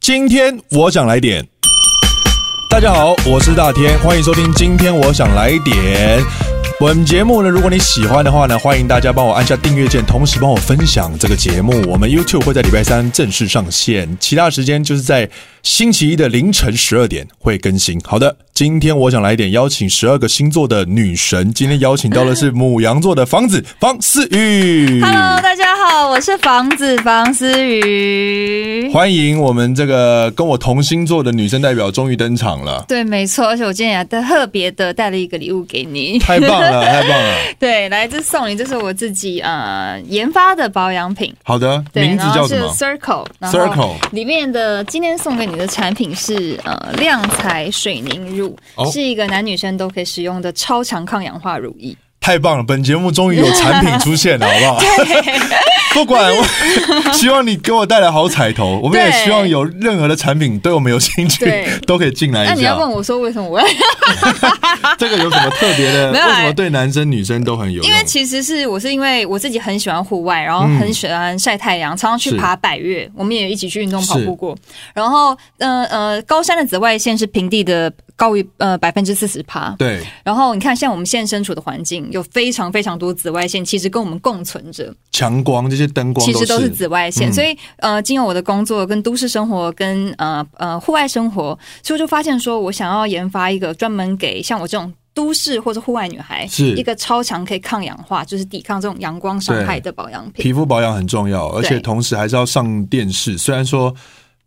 今天我想来点。大家好，我是大天，欢迎收听。今天我想来点。我们节目呢，如果你喜欢的话呢，欢迎大家帮我按下订阅键，同时帮我分享这个节目。我们 YouTube 会在礼拜三正式上线，其他时间就是在星期一的凌晨十二点会更新。好的，今天我想来点邀请十二个星座的女神，今天邀请到的是母羊座的房子房思雨。 Hello，大家好，我是房子房思雨。欢迎我们这个跟我同星座的女生代表终于登场了，对，没错，而且我今天也特别的带了一个礼物给你。 太棒了，太棒了！对，来，这送你，这是我自己呃研发的保养品，好的，对，名字然叫后什是么？ Circle，然 Circle 后里面的今天送给你的产品是呃亮彩水凝乳，哦是一个男女生都可以使用的超强抗氧化乳 液。太棒了！本节目终于有产品出现了，好不 好？不管， 我希望你给我带来好彩头。我们也对希望有任何的产品对我们有兴趣对，都可以进来那一你要下。问我说为什么我要？这个有什么特别的？为 没有啊什么对男生女生都很有因用？为其实是我是因为我自己很喜欢户外，然后很喜欢晒太阳，常常去是爬百越，我们也一起去运动跑是步过。然后，呃呃，高山的紫外线是平地的高于呃百分之四十趴。对，然后你看，像我们现在身处的环境，有非常非常多紫外线，其实跟我们共存着，强光这些灯光其实都是是紫外线。所以，呃，经由我的工作、跟都市生活、跟呃呃户外生活，所以我就发现说，我想要研发一个专门给像我这种。都市或者户外女孩是一个超强可以抗氧化，就是抵抗这种阳光伤害的保养品。皮肤保养很重要，而且同时还是要上电视。虽然说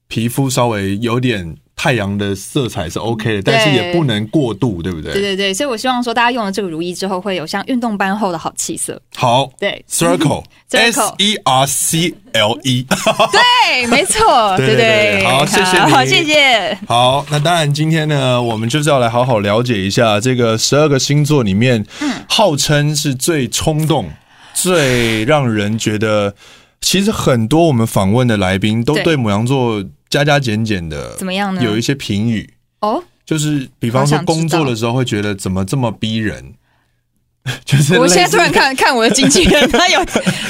皮肤稍微有点太阳的色彩是 OK 的，但是也不能过度，对不对？嗯对对对，所以我希望说，大家用了这个如意之后，会有像运动班后的好气色。好 对，circle S Circle E R C L E。 对，哎没错，对对对对，好谢谢你好，谢谢。好，那当然，今天呢，我们就是要来好好了解一下这个十二个星座里面，号称是最冲动、最让人觉得，其实很多我们访问的来宾都对对母羊座加加减减的怎么样呢有一些评语。哦，就是比方说好想知道工作的时候会觉得怎么这么逼人， 就是我类似现在突然看看我的经纪 人，他有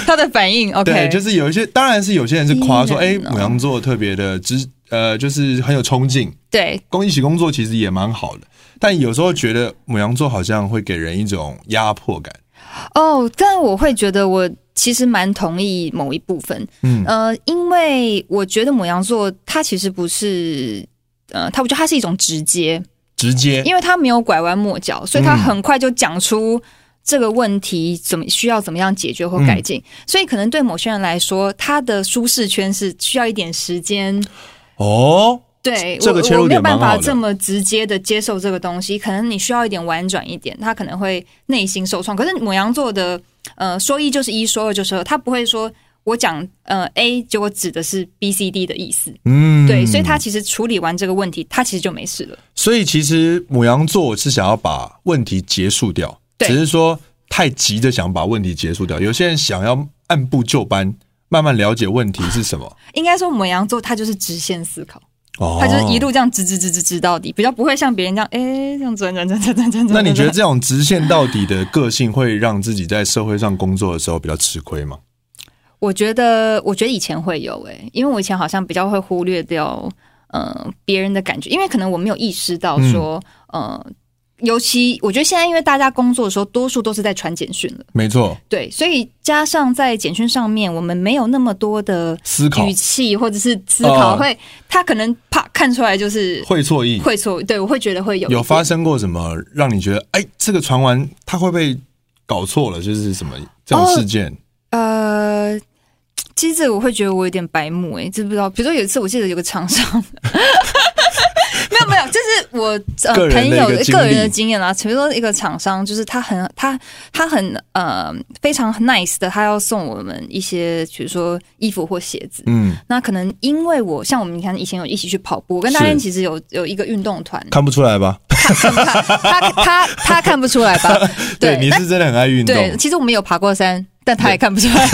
他的反应。对， OK，就是有一些当然是有些人是夸说，逼哎，人哦母羊座特别的知呃，就是很有冲劲，对跟一起工作其实也蛮好的，但有时候觉得母羊座好像会给人一种压迫感，哦，但我会觉得我其实蛮同意某一部分，嗯，呃，因为我觉得母羊座它其实不是。呃，他我觉得他是一种直接，直接因为他没有拐弯抹角，所以他很快就讲出这个问题怎么需要怎么样解决或改进。所以可能对某些人来说，他的舒适圈是需要一点时间。哦，对这个切我，入我没点有蛮办法好的这么直接的接受这个东西，可能你需要一点婉转一点，他可能会内心受创。可是母羊座的，呃，说一就是一，说二就是二，他不会说我讲呃 A，结果指的是 B、C、D 的意思。嗯，对，所以他其实处理完这个问题，他其实就没事了。所以其实母羊座是想要把问题结束掉，对只是说太急着想把问题结束掉。有些人想要按部就班，慢慢了解问题是什么。应该说母羊座他就是直线思考。哦他就是一。路这样直直直直直到底，比较不会像别人这样，哎、这样转转转转转转转。那你觉得这种直线到底的个性会让自己在社会上工作的时候比较吃亏吗？我觉得，我觉得以前会有哎、因为我以前好像比较会忽略掉，呃，别人的感觉，因为可能我没有意识到说，嗯呃，尤其我觉得现在因为大家工作的时候，多数都是在传简讯了，没错，对，所以加上在简讯上面，我们没有那么多的思考语气或者是思考，哦会他可能啪看出来就是会错意会错，对我会觉得会有有一发点生过什么让你觉得哎，这个传完他会不会搞错了？就是什么这种事件？哦呃，其实这个我会觉得我有点白目哎、这不知道。比如说有一次，我记得有个厂商，没有没有，就是我呃个人朋的一个友经历个人的经验啦。比如说一个厂商，就是他很他他很呃非常 nice 的，他要送我们一些比如说衣服或鞋子。嗯，那可能因为我像我们你看以前有一起去跑步，我跟大是家其实有有一个运动团，看不出来吧？他他他看不出来吧？ 对，你那是真的很爱运动，对，其实我们有爬过山，但他也看不出来。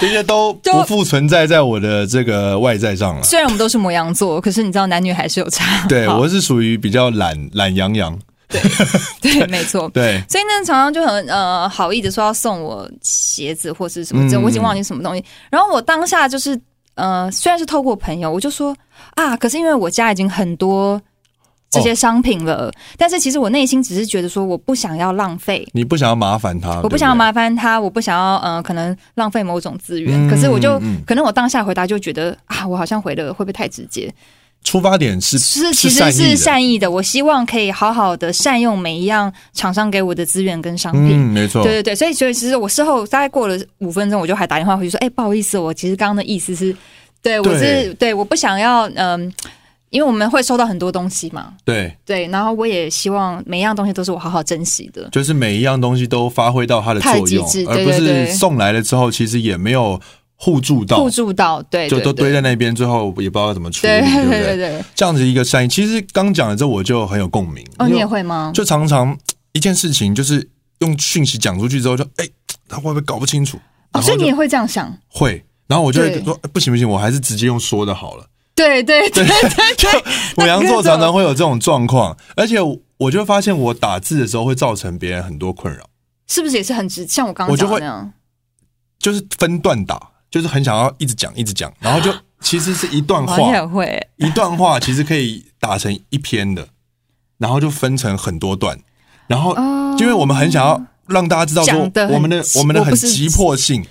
这些都不复存在在我的这个外在上了。虽然我们都是摩羊座，可是你知道男女还是有差。 对，好我是属于比较懒懒洋洋。对，没错。对，所以那常常就很呃好意的说要送我鞋子或是什么之类，嗯我已经忘记什么东西。然后我当下就是呃，虽然是透过朋友，我就说啊，可是因为我家已经很多这哦些商品了，但是其实我内心只是觉得说，我不想要浪费，你不想要麻烦他，我不想要麻烦他，我不想要呃，可能浪费某种资源。可是我就、嗯嗯嗯可能我当下回答就觉得啊，我好像回的会不会太直接？出发点是是其实善意是的善意的，我希望可以好好的善用每一样厂商给我的资源跟商品。嗯，没错，对对对，所以所以其实我事后大概过了五分钟，我就还打电话回去说，哎、不好意思，我其实刚刚的意思是，对我是对我不想要，嗯、因为我们会收到很多东西嘛，对，对，然后我也希望每一样东西都是我好好珍惜的，就是每一样东西都发挥到它的它的作用极致，而对不对是对送来了之后，其实也没有互助到互，助到，对，就对都堆对在那边，最后也不知道怎么处理，对对对不对对对？对，这样子一个善意，其实刚讲的这我就很有共鸣。哦，因为你也会吗？就常常一件事情，就是用讯息讲出去之后就，哎，他会不会搞不清楚？哦，然所后以你就也会这样想，会，然后我就会对说，哎不行不行，我还是直接用说的好了。对对对对对，母羊座那常常会有这种状况，而且我就会发现，我打字的时候会造成别人很多困扰，是不是也是很直，像我刚我刚就讲会的那样？就是分段打，就是很想要一直讲一直讲，然后就其实是一段啊好像也话，会，一段话其实可以打成一篇的，然后就分成很多段，然后哦因为我们很想要让大家知道说讲得很我们的急我们的我很不是急迫性。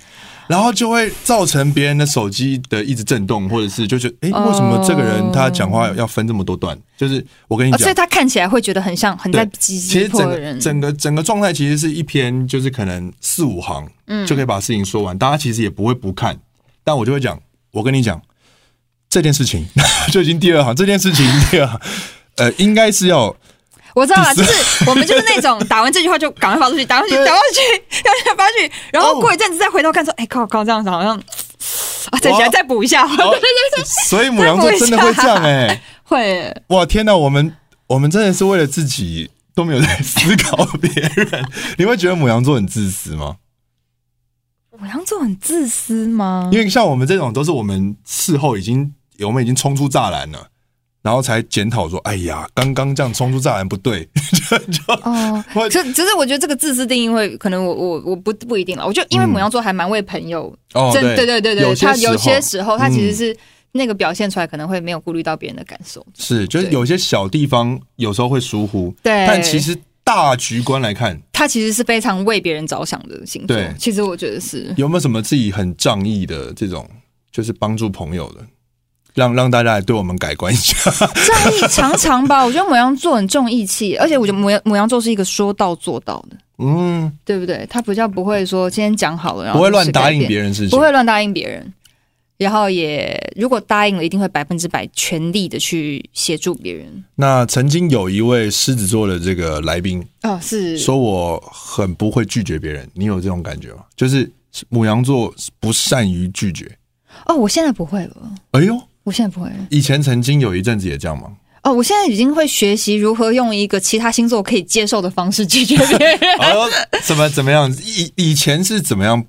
然后就会造成别人的手机的一直震动，或者是就觉得，哎，为什么这个人他讲话要分这么多段？就是我跟你哦，讲，所以他看起来会觉得很像很在对急其急实迫整的个人，整个整个状态其实是一篇，就是可能四五行，嗯，就可以把事情说完。大家其实也不会不看，但我就会讲，我跟你讲这件事情 就已经第二行，这件事情第二行，呃，应该是要我知道了，啊就是我们就是那种打完这句话就赶快发出去，打完去，对打完去，要去发出去，然后过一阵子再回头看说，哎、靠靠，这样子好像啊，等一下哇再补一下，哦所以母羊座真的会这样哎、 会耶哇，天哪，我们我们真的是为了自己都没有在思考别人，你会觉得母羊座很自私吗？母羊座很自私吗因？为像我们这种都是我们事后已经我们已经冲出栅栏了，然后才检讨说，哎呀，刚刚这样冲出栅栏不对，就就哦， 我可是只是我觉得这个自私定义会，可能我我我不不一定了。我觉得因为母羊座还蛮为朋友，哦真对对对有对，些他时候有些时候他其嗯实是那个表现出来，可能会没有顾虑到别人的感受。是就是对有些小地方有时候会疏忽，对但其实大局观来看，他其实是非常为别人着想的星座对，其实我觉得是。有没有什么自己很仗义的这种，就是帮助朋友的，让让大家来对我们改观一下？ 仗义常常吧，我 觉得母羊座很重义气，而且我觉得母羊母羊座是一个说到做到的，嗯，对不对？他比较不会说今天讲好了，然后不会乱答应人，别人事情，不会乱答应别人，然后也如果答应了，一定会百分之百全力的去协助别人。那曾经有一位狮子座的这个来宾，哦，是说我很不会拒绝别人，你有这种感觉吗？就是母羊座不善于拒绝。哦，我现在不会了，哎呦，我现在不会了。以前曾经有一阵子也这样 吗？哦，我现在已经会学习如何用一个其他星座可以接受的方式拒绝别 人。哎呦，怎么怎么样？以以前是怎么样？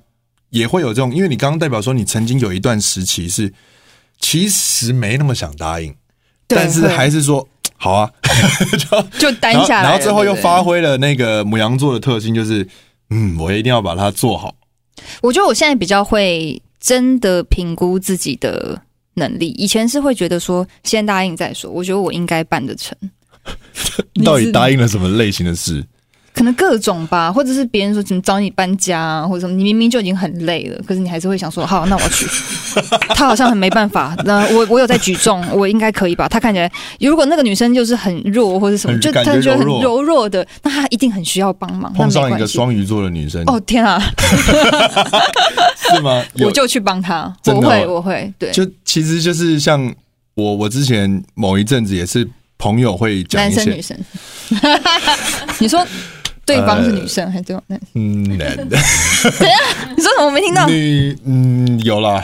也会有这种，因为你刚刚代表说你曾经有一段时期是其实没那么想答应，对但是会还是说好啊，就单然后下来了然后最后又对不对发挥了那个母羊座的特性，就是嗯，我一定要把它做好。我觉得我现在比较会真的评估自己的能力，以前是会觉得说先答应再说，我觉得我应该办得成，你是 到底答应了什么类型的事？可能各种吧，或者是别人说怎么找你搬家啊，或者什么，你明明就已经很累了，可是你还是会想说好，那我 去。他好像很没办法，那我我有在举重，我应该可以吧？他看起来，如果那个女生就是很弱或者什么，很就感觉她觉得很柔弱柔弱的，那她一定很需要帮忙。那碰没上一关个系双鱼座的女生，哦天啊，是吗？有我就去帮她，真的我哦会我会对。就其实就是像我，我之前某一阵子也是朋友会讲男一生女些，生， 你说对方是女生还是对方男生？嗯，男 的呃你说什么？我没听到。女，嗯，有啦，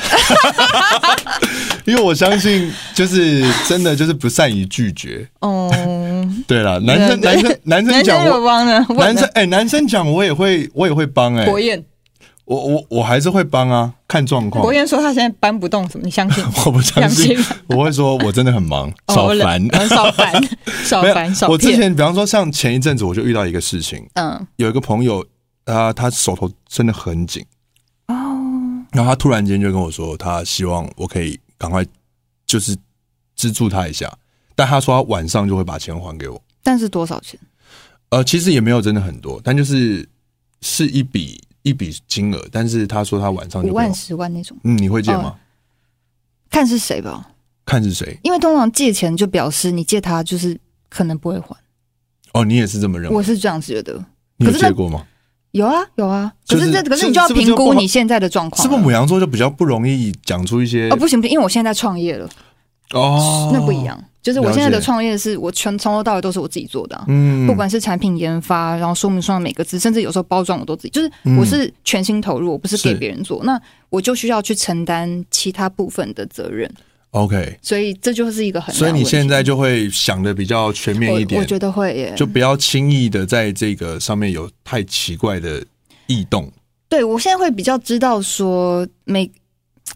因为我相信就是真的就是不善于拒绝，哦，对啦，男生对男生男生男讲生有我。帮的，我男生哎、男生讲我也会，我也会帮哎、国宴，我我我还是会帮啊，看状况国。宴说他现在搬不动什么，你相信？ 我不相信两千，我会说我真的很忙，哦少我烦。冷嗯少烦，少没烦，有，少我之骗。前比方说像前一阵子我就遇到一个事情，嗯，有一个朋友，他他手头真的很紧，哦，然后他突然间就跟我说，他希望我可以赶快就是资助他一下，但他说他晚上就会把钱还给我。但是多少钱？呃，其实也没有真的很多，但就是是一笔一笔金额，但是他说他晚上就五会还万、哦十万那种，嗯，你会借吗？看是谁吧。看是谁因为通常借钱就表示你借他就是可能不会还，哦，你也是这么认为？我是这样子觉得。你有可是那借过吗？有啊，有啊，可就是是这可是是你就要是不是评就不估好你现在的状况是啊。不是母羊座就比较不容易讲出一些哦，不行不行，因为我现在在创业了，哦那不一，样。就是我了解现在的创业是我全从头到尾都是我自己做的啊、嗯不管是产品研发，然后说明书上每个字，甚至有时候包装我都自己，就是我是全心投入，我不是嗯给是别人做，那我就需要去承担其他部分的责任， OK，所以这就是一个很难所以的问你题现在就会想的比较全面一我我点，觉得会耶，就不要轻易的在这个上面有太奇怪的异动。对我现在会比较知道说每。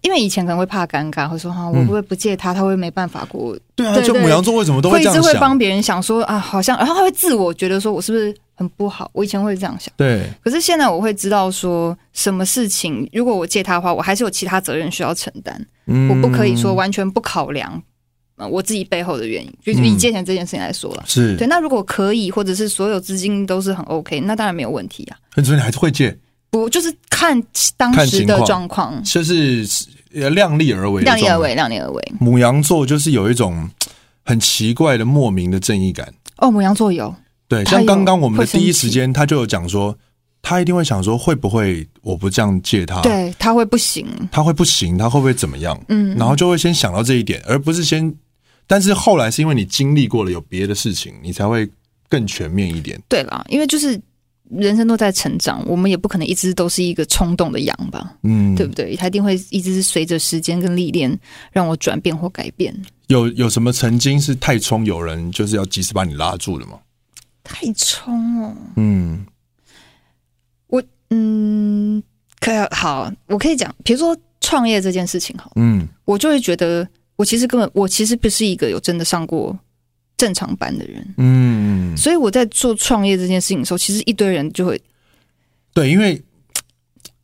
因为以前可能会怕尴尬，会说啊嗯哈、我会不会不借他，他会没办法给我对啊，对就母羊座为什么都会这一直样会帮想？别人想说啊，好像，然后他会自我觉得说我是不是很不好？我以前会这样想，对，可是现在我会知道说什么事情，如果我借他的话，我还是有其他责任需要承担，嗯我不可以说完全不考量、呃、我自己背后的原因，就是以嗯借钱这件事情来说了。是对，，那如果可以，或者是所有资金都是很 OK，那当然没有问题啊。所以你还是会借，不就是看当看时情的况状况，就是呃量力而为，量力而。为，量力而为。母羊座就是有一种很奇怪的莫名的正义感。哦，母羊座有，对，他像有刚刚我们的会生第一气时间，他就有讲说，他一定会想说，会不会我不这样借他，对他会不行，他会不行，他会不会怎么样？嗯，然后就会先想到这一点，而不是先。但是后来是因为你经历过了有别的事情，你才会更全面一点。对啦，因为就是人生都在成长，我们也不可能一直都是一个冲动的羊吧，嗯，对不对？它一定会一直是随着时间跟历练让我转变或改变。有有什么曾经是太冲，有人就是要及时把你拉住的吗？太冲哦，嗯，嗯，可以好，我可以讲，比如说创业这件事情，好，嗯，我就会觉得我其实根本我其实不是一个有真的上过正常班的人。嗯，所以我在做创业这件事情的时候，其实一堆人就会对，因为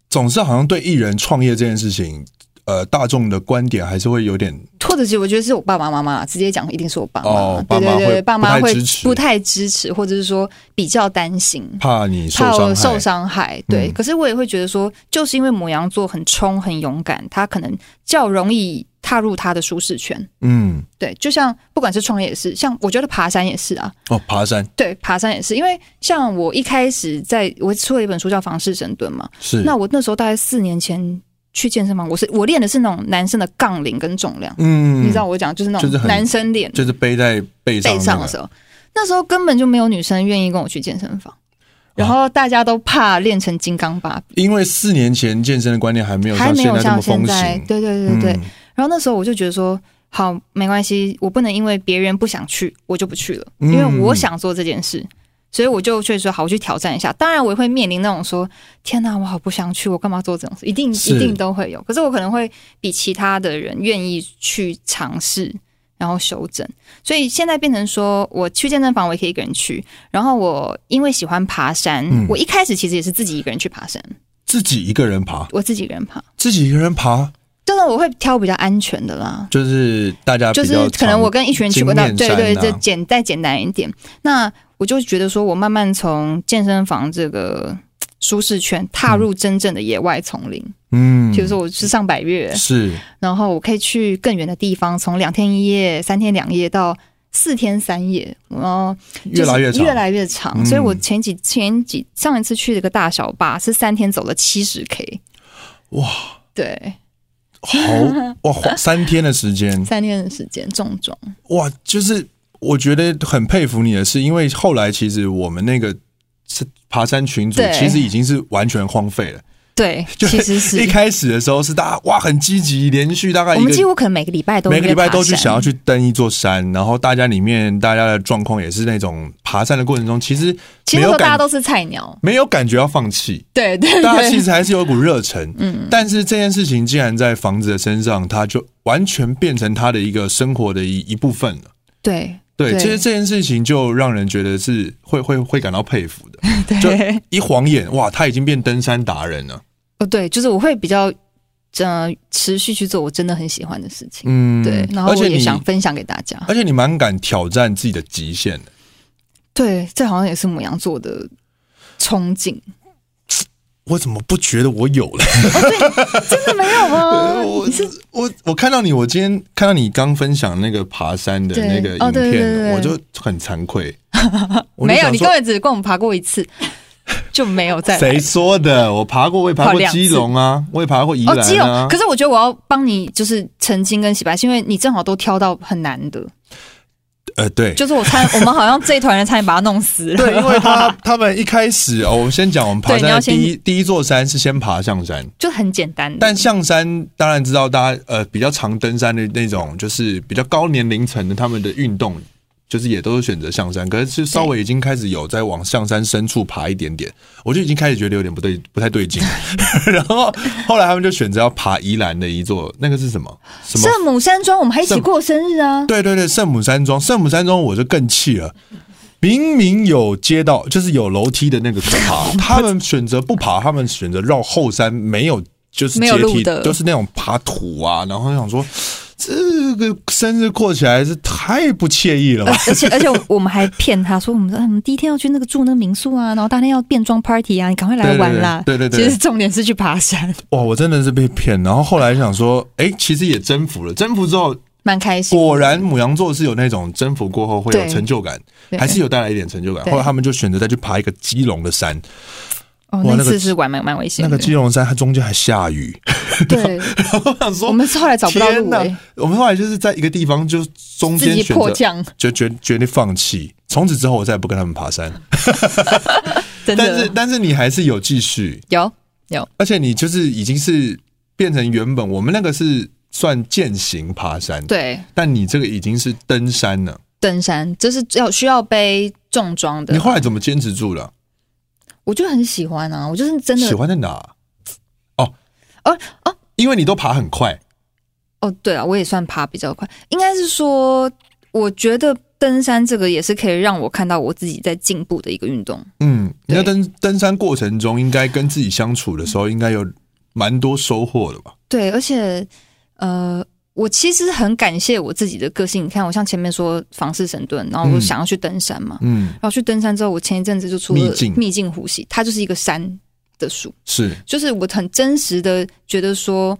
总是好像对艺人创业这件事情，呃，大众的观点还是会有点或者是我觉得是我爸爸妈妈直接讲，一定是我爸妈，哦对爸妈对会对，爸妈不太会支持不太支持，或者是说比较担心，怕你受怕伤我害，受伤害。对，嗯可是我也会觉得说，就是因为母羊座很冲、很勇敢，他可能较容易踏入他的舒适圈。嗯，对，就像不管是创业也是，像我觉得爬山也是啊，哦，爬山对，爬山也是，因为像我一开始在我出了一本书叫《房事神盾》嘛，是那我那时候大概四年前去健身房，我是我练的是那种男生的杠铃跟重量。嗯，你知道我讲就是那就是种很男生练就是背在背上、那背个上的时候，那时候根本就没有女生愿意跟我去健身房，然后大家都怕练成金刚芭比，因为四年前健身的观念还没有还像没现有在这像么现风在，行，对对对对。嗯然后那时候我就觉得说，好，没关系，我不能因为别人不想去，我就不去了，嗯因为我想做这件事。所以我就确实说好，我去挑战一下。当然，我也会面临那种说：“天哪，我好不想去，我干嘛做这种事？”一定是一定都会有。可是我可能会比其他的人愿意去尝试，然后修正。所以现在变成说，我去健身房，我也可以一个人去。然后我因为喜欢爬山，嗯我一开始其实也是自己一个人去爬山，自己一个人爬，我自己一个人爬。自己一个人爬就是我会挑比较安全的啦，就是大家就啊比是较可能我跟一群人去过，那经对验对，山这啊简再简单一点。那我就觉得说，我慢慢从健身房这个嘖舒适圈踏入真正的野外丛林，嗯，比如说我去上百越，是然后我可以去更远的地方，从两天一夜、三天两夜到。四天三夜，然后越来越就是长，越来越长，嗯所以我前几前几上一次去了一个大小坝，是三天走了七十 K，哇，对，好哇，花三天的时间三天的时间重装，哇，就是我觉得很佩服你的是，因为后来其实我们那个是爬山群组，对其实已经是完全荒废了。对， 就其实是一开始的时候是大家哇很积极，连续大概我一们几个乎可能每个礼拜都每个礼拜都去约爬山想要去登一座山，然后大家里面大家的状况也是那种爬山的过程中，其实其没实那时有候大感家都是菜鸟，没有感觉要放弃，对 对大家对其实还是有股热忱，嗯，但是这件事情竟然在房子的身上，它就完全变成他的一个生活的一一部分了。对对，对其实这件事情就让人觉得是会 会会感到佩 服的。就对，一晃眼，哇，他已经变登山达人了。哦对，就是我会比较呃持续去做我真的很喜欢的事情。嗯对，然后而我且你也想分享给大家。而且你蛮敢挑战自己的极限的，对，这好像也是母羊座的憧憬。我怎么不觉得我有了？真的没 有吗？我你是我我看到你，我今天看到你刚分享那个爬山的对那个哦影对对对片，对我就很惭 愧。我就没有，想你说根本只跟我们爬过一次， 就没有再来谁说的？我爬过，我也爬跑过两基次隆啊，我也爬过宜哦，基兰啊隆。。可是我觉得我要帮你，就是澄清跟洗白，是因为你正好都挑到很难的，呃，对，就是我差，我们好像这一团人差点把他弄死了。对，因为他 他们一开始哦，我们先讲我们爬对山你要的先第一第一座山是先爬象山， 就很简单的。但象山当然知道大家呃比较常登山的那种，就是比较高年龄层的他们的运动。就是也都是选择象山，可是是稍微已经开始有在往象山深处爬一点点，我就已经开始觉得有点不对，不太对劲。 然后后来他们就选择要爬宜兰的一座，那个是什么？什么圣母山庄，我们还一起过生日 啊！对对对，圣母山庄，圣母山庄我就更气了。明明有街道，就是有楼梯的那个可爬， 他们选择不爬，他们选择绕后山，没有就是没阶有路梯，的就是那种爬土啊。然后我想说，这个生日过起来是太不惬意 了吧？而且而且我们还骗他说我们说、哎我们第一天要去那个住那个民宿啊，然后当天要变装 party 啊，你赶快来玩啦！对对对对对对其实重点是去爬山，哇，我真的是被骗。然后后来想说，哎，其实也征服了，征服之后，蛮开心。果然母羊座是有那种征服过后会有对成就感，对还是有带来一点成就感。对后来他们就选择再去爬一个基隆的山，哦，哇那那个次是玩蛮蛮危险那的个。基隆山它中间还下雨。 对，我想说，我们是后来找不到路、天欸哪，我们后来就是在一个地方，就中自间己选迫择，降，就决决定放弃。从此之后，我再也不跟他们爬山。真但是，的但是你还是有继续，有。而且你就是已经是变成原本我们那个是算践行爬山，对，但你这个已经是登山了。登山，这是要需要背重装你的。后来怎么坚持住了？我就很喜欢啊，我就是真喜的欢在哪？哦，哦哦因为你都爬很快，哦，对啊，我也算爬比较快，应该是说，我觉得登山这个也是可以让我看到我自己在进步的一个运动。嗯，你在对登登山过程中，应该跟自己相处的时候，应该有蛮多收获的吧？对，而且呃，我其实很感谢我自己的个性。你看，我像前面说房事神盾，然后我嗯想要去登山嘛，嗯，然后去登山之后，我前一阵子就出了秘境秘境湖系，它就是一个山的书。是，就是我很真实的觉得说，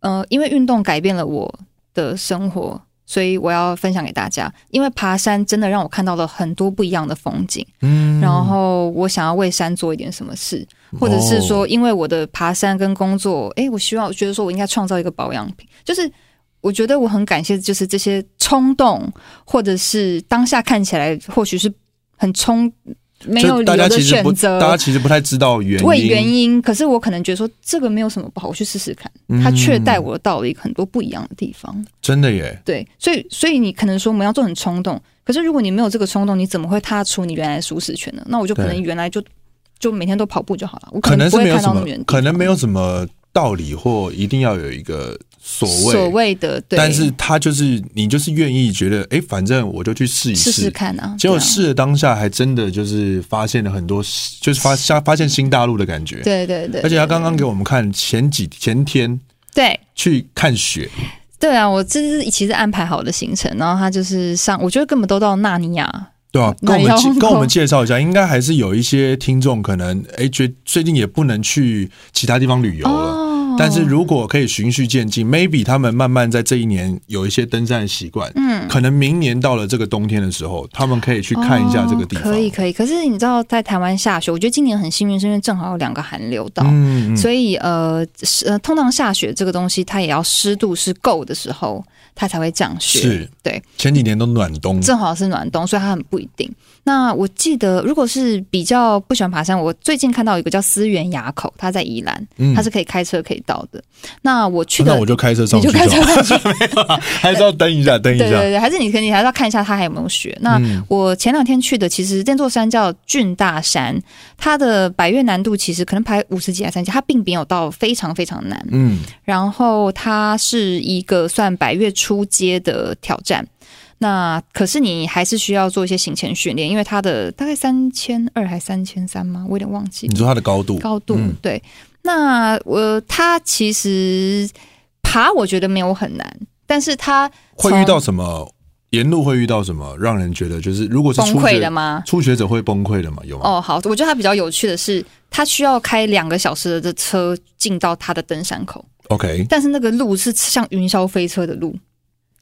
呃，因为运动改变了我的生活，所以我要分享给大家。因为爬山真的让我看到了很多不一样的风景，嗯，然后我想要为山做一点什么事，或者是说，因为我的爬山跟工作，诶，我希望我觉得说我应该创造一个保养品，就是。我觉得我很感谢，就是这些冲动，或者是当下看起来或许是很冲，没有就理大由家的其实选不，择。大家其实不太知道原因，为原因，可是我可能觉得说这个没有什么不好，我去试试看。嗯它却带我到了一个很多不一样的地方。真的耶，对，所以所以你可能说我们要做很冲动，可是如果你没有这个冲动，你怎么会踏出你原来的舒适圈呢？那我就可能对原来就就每天都跑步就好了，我可能能是不会没有看什到那么么远的，地可能没有方什么道理或一定要有一个所谓，所谓的对，但是他就是你就是愿意觉得，哎，反正我就去试一试试看啊，结果对啊试了当下，还真的就是发现了很多，就是发发发现新大陆的感觉。对对对，而且他刚刚给我们看前几前天对。去看雪，对啊，我这是其实安排好的行程，然后他就是上，我觉得根本都到纳尼亚，对吧、那跟我们要介 不跟我们介绍一下，应该还是有一些听众可能哎觉最近也不能去其他地方旅游了。哦但是如果可以循序渐进，maybe 他们慢慢在这一年有一些登山的习惯，嗯，可能明年到了这个冬天的时候，他们可以去看一下这个地方。哦可以可以，可是你知道在台湾下雪，我觉得今年很幸运，是因为正好有两个寒流到。嗯，嗯所以，呃，是呃，通常下雪这个东西，它也要湿度是够的时候，它才会降雪。是嗯对，前几年都暖冬，正好是暖冬，所以它很不一定。那我记得，如果是比较不喜欢爬山，我最近看到一个叫思源垭口，它在宜兰，嗯哦它是可以开车可以到的。那我去那的，我就开车上你去就就好，开车上去， 还是要登一下，登一对对下。对，还是你肯定还是要看一下它还有没有雪。那、嗯我前两天去的，其实那座山叫俊大山，它的百越难度其实可能排五十几还三十几，它并没有到非常非常难。嗯，然后它是一个算百越初阶的挑战，那可是你还是需要做一些行前训练，因为它的大概三千二还三千三吗？我有点忘记你说它的高度，高度。嗯对，那我他其实爬，我觉得没有很难，但是他会从遇到什么？沿路会遇到什么让人觉得就是，如果是崩初溃的学吗？初学者会崩溃的嘛？有吗？哦，好，我觉得他比较有趣的是，他需要开两个小时的车进到他的登山口， ，OK，但是那个路是像云霄飞车的路，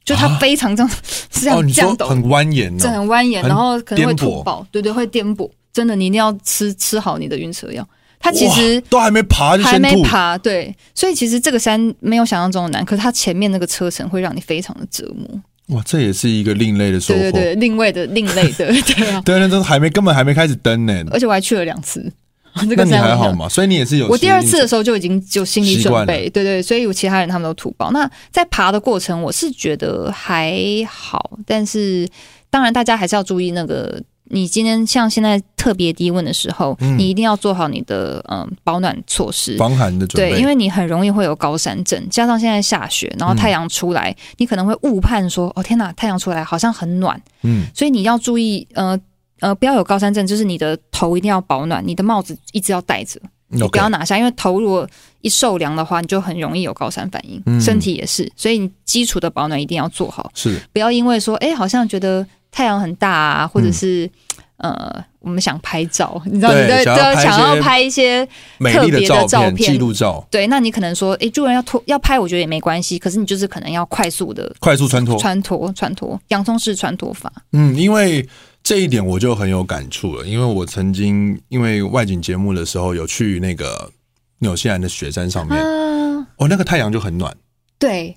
就它啊非常 这样、是这哦，样你这说样陡，很蜿蜒这哦，很蜿蜒，很然后可能会颠簸突爆，对对，会颠簸。真的，你一定要吃吃好你的晕车药。它其实哇都还没爬就还先没吐，爬，对，所以其实这个山没有想象中的难，可是它前面那个车程会让你非常的折磨。哇，这也是一个另类的收对获。对对，另类的另类的， 对啊。对，那都还没根本还没开始登呢，而且我还去了两次， 这那个你山还我好嘛？所以你也是有我第二次适应的时候就已经有心理习惯准了备，对对，所以我其他人他们都土包。那在爬的过程，我是觉得还好，但是当然大家还是要注意那个，你今天像现在特别低温的时候，嗯你一定要做好你的嗯保暖措施。防寒的准备，嗯对，因为你很容易会有高山症，加上现在下雪，然后太阳出来，你可能会误判说，哦天哪，太阳出来好像很暖，嗯所以你要注意，呃呃，不要有高山症，就是你的头一定要保暖，你的帽子一直要戴着。 ，OK，不要拿下，因为头如果一受凉的话，你就很容易有高山反应，嗯身体也是，所以你基础的保暖一定要做好，是不要因为说，哎、好像觉得太阳很大啊，或嗯者是、呃，我们想拍照，你知道对你在想对啊要拍一些想要拍一些，美丽的特别的照照片、片记录照，对，那你可能说，哎、助人要脱要拍，我觉得也没关系，可是你就是可能要快速的快速穿脱。穿脱穿脱，洋葱式穿脱法，嗯，因为这一点我就很有感触了，因为我曾经因为外景节目的时候有去那个纽西兰的雪山上面，啊，哦，那个太阳就很暖，对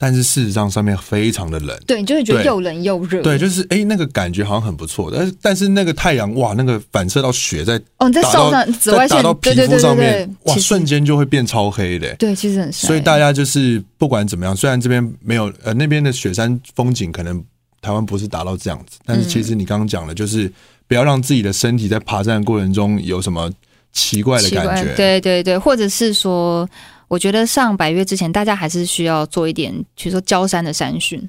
但是事实上上面非常的冷。对，你就会觉得对又冷又热，对，就是哎、那个感觉好像很不错，但是但是那个太阳哇，那个反射到雪在哦，你在打到受上紫外在打线到，皮对对肤对对上面对，，哇，其实瞬间就会变超黑的。对，其实很晒所以大家就是不管怎么样，虽然这边没有呃那边的雪山风景可能台湾不是达到这样子，但是其实嗯你刚刚讲的就是不要让自己的身体在爬山的过程中有什么奇怪的奇怪，感觉。对对对，或者是说，我觉得上百月之前，大家还是需要做一点，比如说焦山的山训，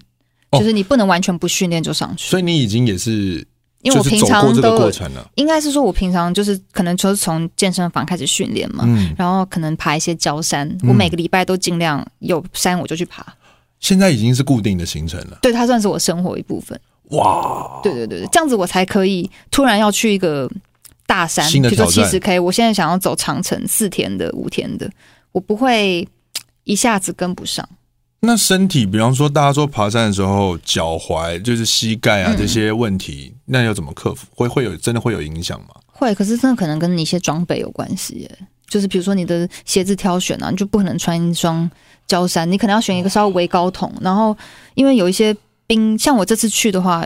哦就是你不能完全不训练就上去，所以你已经也是因为就我是平走常过这个都过有，程了。应该是说我平常就是可能就是从健身房开始训练嘛。嗯，然后可能爬一些焦山，嗯我每个礼拜都尽量有山我就去爬，现在已经是固定的行程了。对，它算是我生活一部分。哇，对对对，对这样子我才可以突然要去一个大山，新的比如说挑七战十 K，我现在想要走长城四天的、五天的，我不会嘖一下子跟不上。那身体，比方说大家说爬山的时候，脚踝就是膝盖嗯啊这些问题，那要怎么克服？会会有真的会有影响吗？会，可是真的可能跟你一些装备有关系耶，就是比如说你的鞋子挑选啊，你就不可能穿一双胶衫，你可能要选一个稍微高筒，然后因为有一些冰，像我这次去的话，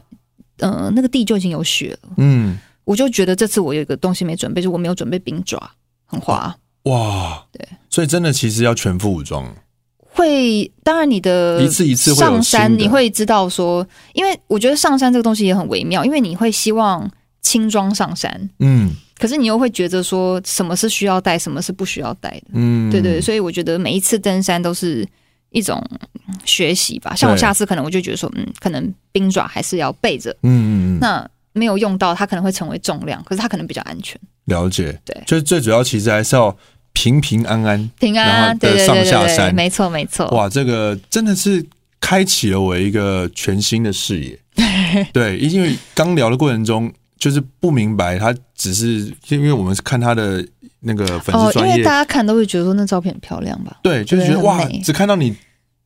呃，那个地就已经有雪了，嗯，我就觉得这次我有一个东西没准备，就是我没有准备冰爪，很滑。哇，对，所以真的其实要全副武装。会，当然你的一次一次会有新的上山，你会知道说，因为我觉得上山这个东西也很微妙，因为你会希望轻装上山，嗯可是你又会觉得说什么是需要带，什么是不需要带的，嗯，对对，所以我觉得每一次登山都是一种嗯学习吧。像我对下次可能我就觉得说，嗯，可能冰爪还是要备着，嗯嗯嗯，那没有用到它可能会成为重量，可是它可能比较安全，了解。对就是最主要其实还是要平平安安。平安然啊，后对对对上下对对，山没错没错，哇，这个真的是开启了我一个全新的视 野。对，因为刚聊的过程中，就是不明白他只是因为我们是看他的那个粉丝哦，因专为业，大家看都会觉得说那照片很漂亮吧。对，就是觉得对很哇美，只看到你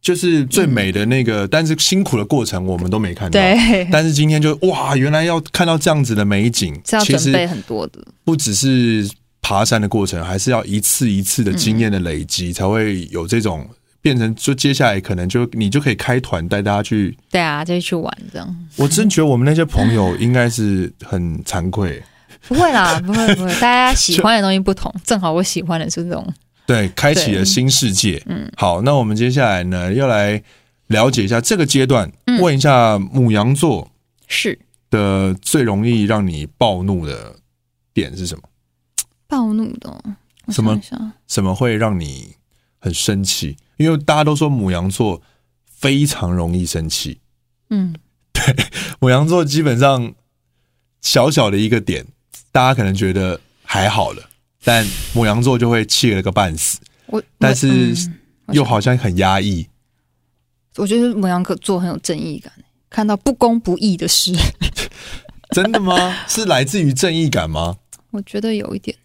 就是最美的那个，但是辛苦的过程我们都没看到。对，但是今天就哇，原来要看到这样子的美景，是要其准实备很多的。不只是爬山的过程，还是要一次一次的经验的累积，才会有这种变成。就接下来可能就你就可以开团带大家去。对啊，就去玩这样。我真觉得我们那些朋友应该是很惭 愧，不会啦，不会不会，大家喜欢的东西不同，正好我喜欢的是这种。对，开启了新世界。嗯，好，那我们接下来呢，要来了解一下这个阶段，嗯问一下母羊座是的最容易让你暴怒的点是什么？暴怒的哦、我什么想一下？什么会让你很生气？因为大家都说母羊座非常容易生气，嗯，母羊座基本上小小的一个点，大家可能觉得还好了，但母羊座就会气了个半死，我嗯但是我又好像很压抑。我觉得摩羊座很有正义感，看到不公不义的事， 真的吗？是来自于正义感吗？我觉得有一点，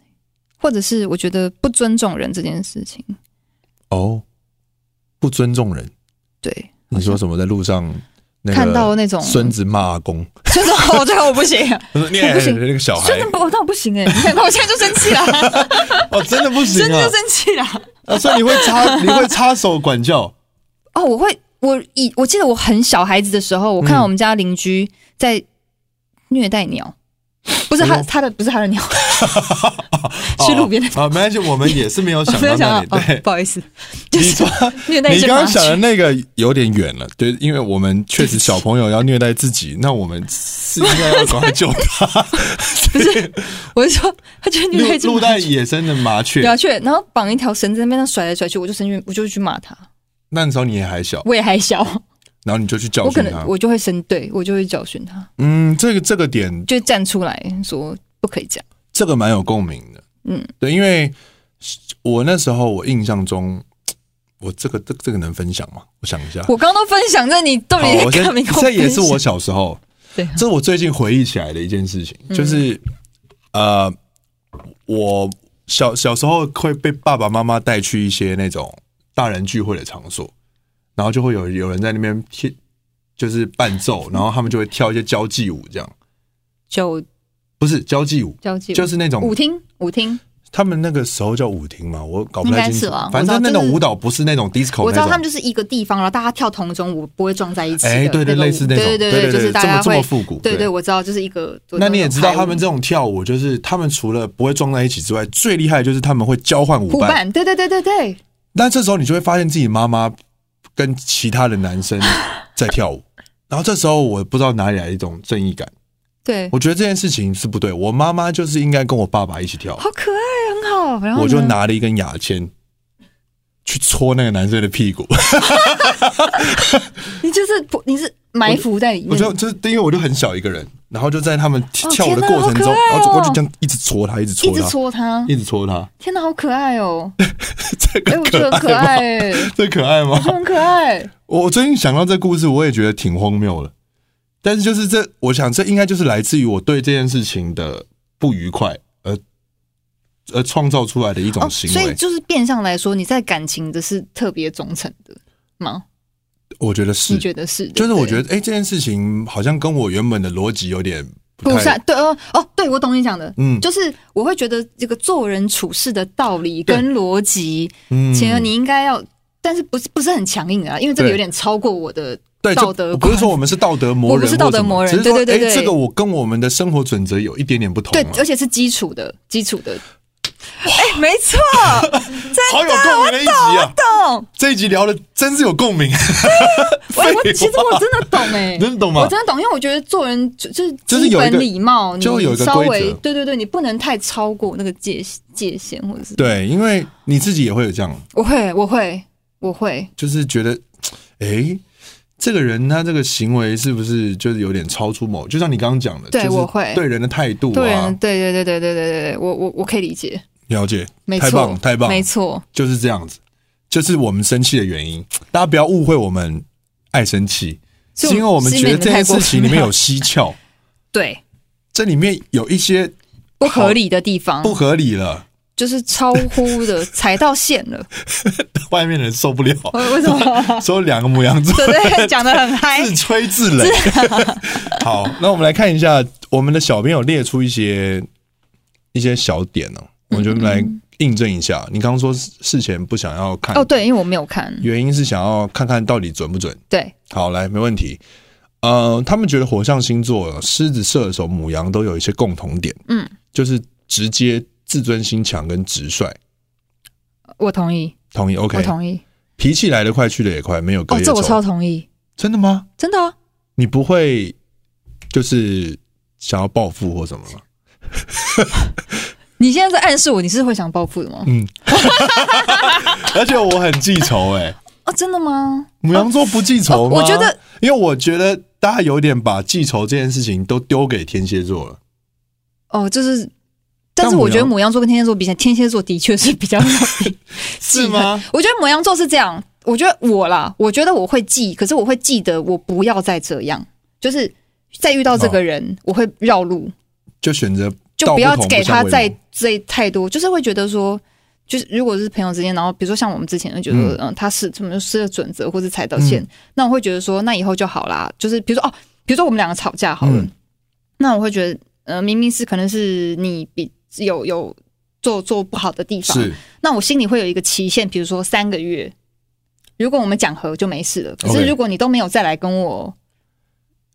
或者是我觉得不尊重人这件事情，哦，不尊重人。对， 你说什么？在路上那个看到那种孙子骂阿 公，这种我这个我不行，他说：“你也不行那个小孩真的不，我当然不行哎、你看我现在就生气了， 哦，真的不行真的啊就！生气了。啊，所以你会插，你会插手管 教。哦，我会，我以我记得我很小孩子的时候，我看嗯我们家邻居在虐待鸟，不是哎他呦他的不是他的鸟， 是路边的。啊，没关系，我们也是没有想 没有到想那里。到，哦，对，不好意思，就 你是说虐待一你只刚麻刚想的雀。那个有点远了，对，因为我们确实小朋友要虐待自 己，那我们是应该要赶快救他。不是，我是说，他就是 虐待一只路麻路雀带野生的麻雀，麻雀，然后绑一条绳子在那边上甩来甩去，我就生气，我就去骂他。那时候你也还小，我也还小，然后你就去教我可训能他。我就会生，对我就会教训他，嗯，这个这个点，就站出来说不可以这样。这个蛮有共鸣的。嗯，对，因为我那时候我印象中，我这个这个、这个能分享吗？我想一下。我刚刚都分享这，你到底好，我在先干嘛？你跟我这也是分享我小时候，对啊嗯这是我最近回忆起来的一件事情，就是、呃，我小小时候会被爸爸妈妈带去一些那种大人聚会的场所，然后就会有有人在那边贴，就是伴 奏，然后他们就会跳一些交际舞，这样就不是交际舞，交际舞就是那种舞厅，舞厅，他们那个时候叫舞厅嘛，我搞不太应该清是楚吧，反正我知道那就种是舞蹈不是那种 disco 我知道他那们种。就是一个地方，然后大家跳同一种舞，不会撞在一起的那哎，个舞。对对，类似那种，对对对，就是大这么家这会么，复古，对对，我知道，就是一个。那你也知道，他们这这种跳舞，就是他们除了不会撞在一起之外，最厉害的就是他们会交换舞舞伴。伴，对对对对对，那这时候你就会发现自己妈妈跟其他的男 生在跳舞，然后这时候我不知道哪里来一种正义感，对，我觉得这件事情是不对。我妈妈就是应该跟我爸爸一起跳，好可爱，很好。然后我就呢拿了一根牙签去戳那个男生的屁股。你就是不你是埋伏在里面，我就就是因为我就很小一个人，然后就在他们哦跳舞的天哪过程中，好可爱哦然后我就这样一直戳他，一直一戳直他，戳他。一直戳他，天哪，好可 爱哦！这哎、个我觉可得很可爱吗？ 爱、哎，这可爱吗我？觉得很 可爱。我最近想到这故事，我也觉得挺荒谬的。但是就是这，我想这应该就是来自于我对这件事情的不愉快，而而创造出来的一种哦，行所为。以就是变相来说，你在感情的是特别忠诚的吗？我觉得是你，觉得是？就是我觉得得，哎、这件事情好像跟我原本的逻辑有点不不太是啊对哦哦，对我懂你讲的。嗯就是我会觉得这个做人处事的道理对跟逻辑，嗯其实你应该要，但是不是不是很强硬的啊？因为这个对有点超过我的对道就德观不是说我们是道德魔人我不或是什么，道德魔人只是说对对对哎对这个我跟我们的生活准则有一点点不同、对啊，，而且是基础的基础的。哎、没错，好有共鸣的一集啊！懂。这一集聊的真是有共 鸣，我哎我废其实我真的懂哎、你 真的懂吗我真的懂，因为我觉得做人就就是就是基有一个本礼貌，你就有一个稍规微则对对对，你不能太超过那个界界限，或者是对，因为你自己也会有这样。我会我会我会，就是觉得，诶，这个人他这个行为是不是就是有点超出某？就像你刚刚讲的，对就是我会对人的态度对啊，对对对对对对对对，我我我可以理解，了解，没错，太棒太棒，没错，就是这样子，就是我们生气的原因。大家不要误会，我们爱生气是是我因为我们是因觉为得你这太件过事情分里面了有蹊 跷，对，这里面有一些不合理的地方不合理了，就是超乎 的踩到线了， 外面的人受不了，我为什 么？说两个母羊座对对，讲的很嗨，自吹自擂。 好，那我们来看一下，我们的小编有列出一些一些小点哦、嗯我们就来印证一下。你刚刚说事前不想要看，哦，对，因为我没有看，原因是想要看看到底准不准。对，好，来，没问题。呃，他们觉得火象星座，狮子、射手、母羊都有一些共同点，嗯，就是直接、自尊心强跟直率。我同意，同意我？OK，同意，脾气来得快，去得也快，没有隔哦，夜这仇。我超同意，真的吗？真的啊、你不会就是想要报复或什么吗？你现在在暗示我你是会想报复的吗？嗯，而且我很记仇哎、哦，真的吗？ 母羊座不记仇吗？哦我觉得，因为我觉得大家有点把记仇这件事情都丢给天蝎座了。哦，就是但是我觉得但母母羊座跟天蝎座比起来，天蝎座的确是比较容 易记是吗恨？我觉得母羊座是这样，我觉得我啦，我觉得我会记，可是我会记得我不要再这样，就是再遇到这哦个人，我会绕路，就选择就道不要同给相他为再谋这太多，就是会觉得说。就是如果是朋友之间，然后比如说像我们之前就觉得，嗯，他是怎么是准则或是踩到嗯线，那我会觉得说，那以后就好啦。就是比如说哦，比如说我们两个吵架好了，嗯那我会觉得，呃，明明是可能是你比有有做做不好的地方，是那我心里会有一个期限，比如说三个月。如果我们讲和就没事了，可 OK 是如果你都没有再来跟我，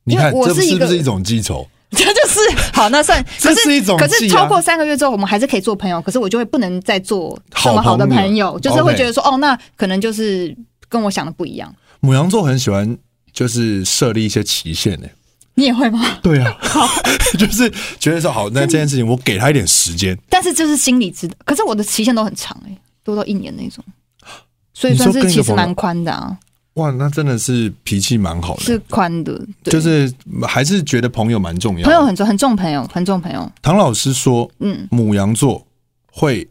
你看，因为我这是是一不个是一种记仇？ 这就是好，那算 这可是一种可记是啊超过三个月之后，我们还是可以做朋友，可是我就会不能再做这么好的好朋朋友，就是 OK 会觉得说哦，那可能就是跟我想的不一样。母羊座很喜欢就是设立一些期限呢、你也会吗？对啊， 就是觉得说好，那这件事情我给他一点时间。但是就是心里知道，可是我的期限都很长哎、多到一年那种，所以你说算跟是一个其朋实友蛮宽的啊，哇，那真的是脾气蛮好的，是宽的，对就是还是觉得朋友蛮重要朋友的。很重，很重朋友，很重朋友，唐老师说，嗯，母羊座会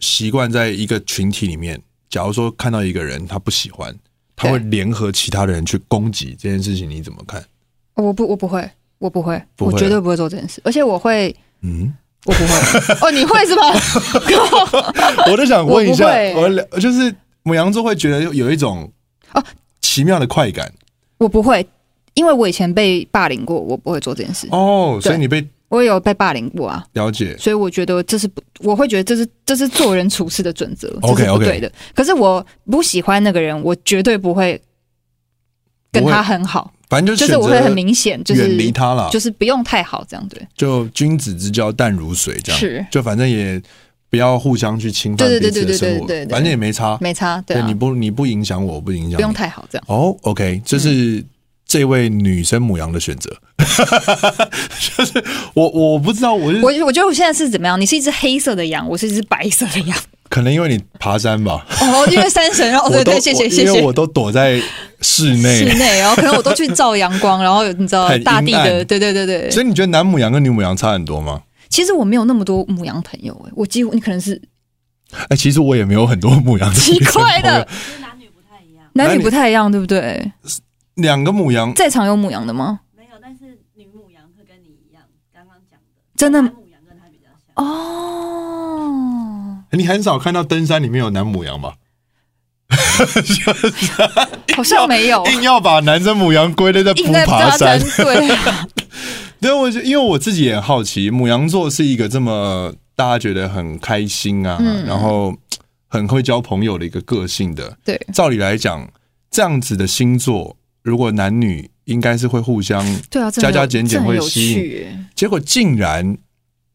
习惯在一个群体里面，假如说看到一个人他不喜欢，他会对联合其他的人去攻击这件事情，你怎么看？我不，我不会，我不会，不会我绝对不会做这件事，而且我会，嗯，我不会， 哦，你会是 吧？我就想问一下我不会，我了就是母羊座会觉得有一种哦奇妙的快感我不会，因为我以前被霸凌过，我不会做这件事，哦，所以对你被我也有被霸凌过啊，了解所以我觉得这是不，我会觉得这是这是做人处事的准则，这 OK，是不对的。可是我不喜欢那个人，我绝对不会跟他很好，反正就选就择是我会很明显，就是远离他啦，就是不用太好这样对。就君子之交淡如水这样，是就反正也不要互相去侵犯对彼对此的对对对生活对对，对反正也没差，没差，对啊你，不你不影响我，我不影响不用你。太嗯好这样。哦，OK，这是这位女生母羊的选择， 就是我我不知道，我是我我觉得我现在是怎么样？你是一只黑色的羊，我是一只白色的 羊。可能因为你爬山吧，哦，因为山神，然后我对都对，谢我谢谢因为谢我。都躲在室室内，内，然后可能我都去照阳光，然后你知道很阴大地的，暗对对对对。所以你觉得男母羊跟女母羊差很多吗？其实我没有那么多母羊朋友、哎，我几乎你可 能是哎、其实我也没有很多母羊的 奇女生怪朋友的，，男女不太一样，男男女女不太一样，对不对？两个母羊在场有母羊的吗？没有，但是女母羊会跟你一样，刚刚讲的，真的男母羊跟他比较像。哦，你很少看到登山里面有男母羊吧？好像没有，硬要把男生母羊归类在不哦应该爬大山三，对，对，啊我就因为我自己也很好奇，母羊座是一个这么大家觉得很开心啊，嗯然后很会交朋友的一个个性的。对，照理来讲，这样子的星座，如果男女应该是会互相，对啊，加加减减会吸引引，结果竟然，